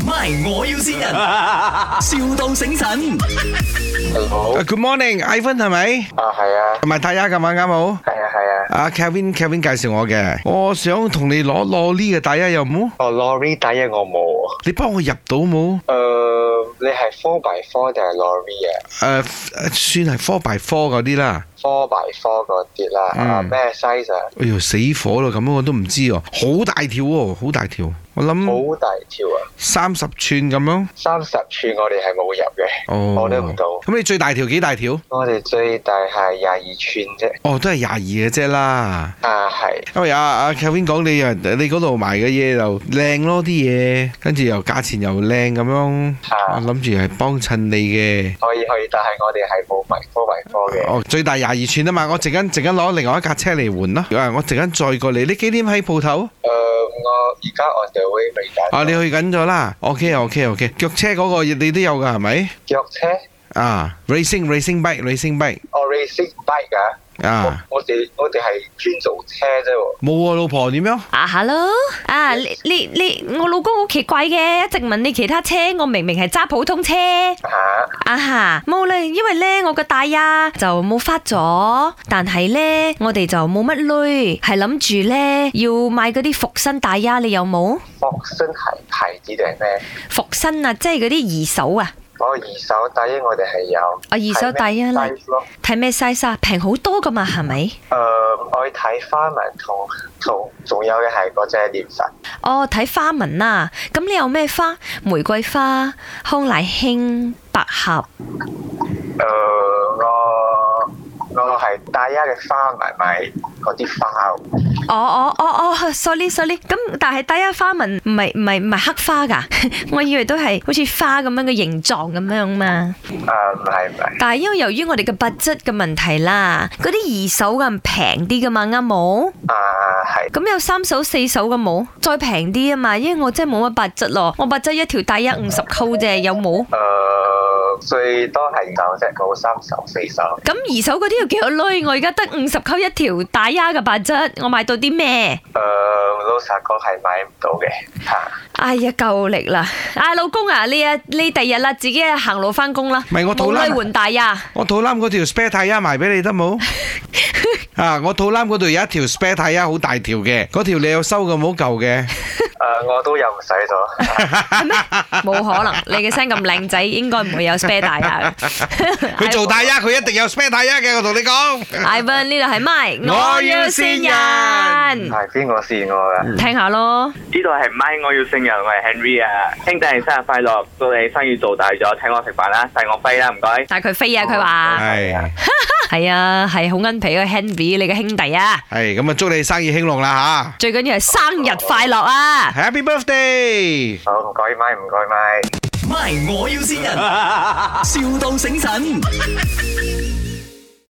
My，我要先人，,笑到醒神。 Hello，Uh, Good morning，Ivan 係咪？啊係啊，同埋太雅今晚啱好。係啊係啊，阿 Kevin，Kevin 介紹我嘅，我想同你攞攞呢嘅大家有冇？哦 lorry 打嘢我冇啊，你幫我入到誒、冇？呃你係 four by four 定係 lorry 啊誒、？Uh, 算係科 by 科嗰啲啦。 ？four by four 嗰啲啦，啊嗯咩 size 啊？哎呦死火咯，咁我都唔知喎，好大條喎，好大條。我諗好大條啊，三十寸咁樣。三十寸我哋係冇入嘅，哦，我都唔到，咁你最大條幾大條？我哋最大係廿二寸啫，哦，都係廿二嘅啫啦。啊係，因為阿阿 Kevin 講你啊，你嗰度賣嘅嘢就靚咯啲嘢，跟住又價錢又靚咁樣，啊我諗住係幫襯你嘅。可以可以，但係我哋係冇埋 four by four 嘅，哦，最大廿二寸啊嘛，我陣間陣間攞另外一架車嚟換啦。啊，我陣間再過嚟，你幾點喺鋪頭？誒、呃我而家 on the way 未打，啊，你去緊咗啦。OK OK OK，腳車嗰個你都有㗎係咪？腳車，啊，racing racing bike racing bike 我 racing bike 啊，啊，我我哋我哋係專做車啫喎。冇啊，老婆點樣？啊，hello，啊，你你你，我老公好奇怪嘅，一直問你其他車，我明明係揸普通車。吓啊哈，冇啦，因為咧我個大啊就冇發咗，但係咧我哋就冇乜累，係諗住咧要買嗰啲復身大啊，你有冇？博身鞋牌子定係咩？復身啊，即係嗰啲二手啊，我二手大衣我哋係有。啊二手大衣啊係咩 size 咯。睇咩 size 啊？平好多噶嘛，係咪？誒、我去睇花紋同同仲有嘅係嗰隻獵神。哦，睇花紋啊，咁你有咩花？玫瑰花、康乃馨、百合。誒、呃我我係大衣嘅花紋咪嗰啲花喎。哦哦哦哦，sorry sorry，咁但係低一花紋唔係唔係唔係黑花噶， 我以為都係好似花咁樣嘅形狀咁樣嘛。誒呃唔係唔係。但係因為由於我哋嘅物質嘅問題啦，嗰啲二手嘅平啲噶嘛，啱冇？啊係。咁有三手四手嘅冇，再平啲啊嘛，因為我真係冇乜物質咯，我物質一條低一五十溝啫，有誒、冇？呃最多係九隻，冇三手四手。咁二手嗰啲要幾多鐳？我而家得五十溝一條大丫嘅物質，我買到啲咩？誒、呃老實講係買唔到嘅嚇。哎呀，夠力啦！啊，老公啊，你啊，你第日啦，自己啊行路翻工啦。唔係我肚冇腩拉換 大呀！我肚腩嗰條 spare 太啊賣俾你得 冇？啊，我肚腩嗰度有一條 spare 太啊，好大條嘅，嗰條你有收嘅冇舊嘅。誒、呃我都有唔使咗。 冇可能，你嘅聲咁靚仔，應該唔會有 spare 大呀。 佢做大一，佢一定有 spare 大一嘅，我同你講。 Ivan 呢度係咪？我要線人係邊個試我㗎？聽下咯。呢度係咪我要聖人，我係 Henry 啊，兄弟生日快樂，祝你生意做大咗，請我食飯啦，帶我飛啦，唔該。但係佢飛啊，佢 話係係啊，係好奀皮個 Henry，你嘅兄弟啊，係咁啊，祝你生意興隆啦最緊要係生日快樂啊！吓！Happy birthday！好唔該咪唔該咪。 My，我要先人，,笑到醒神。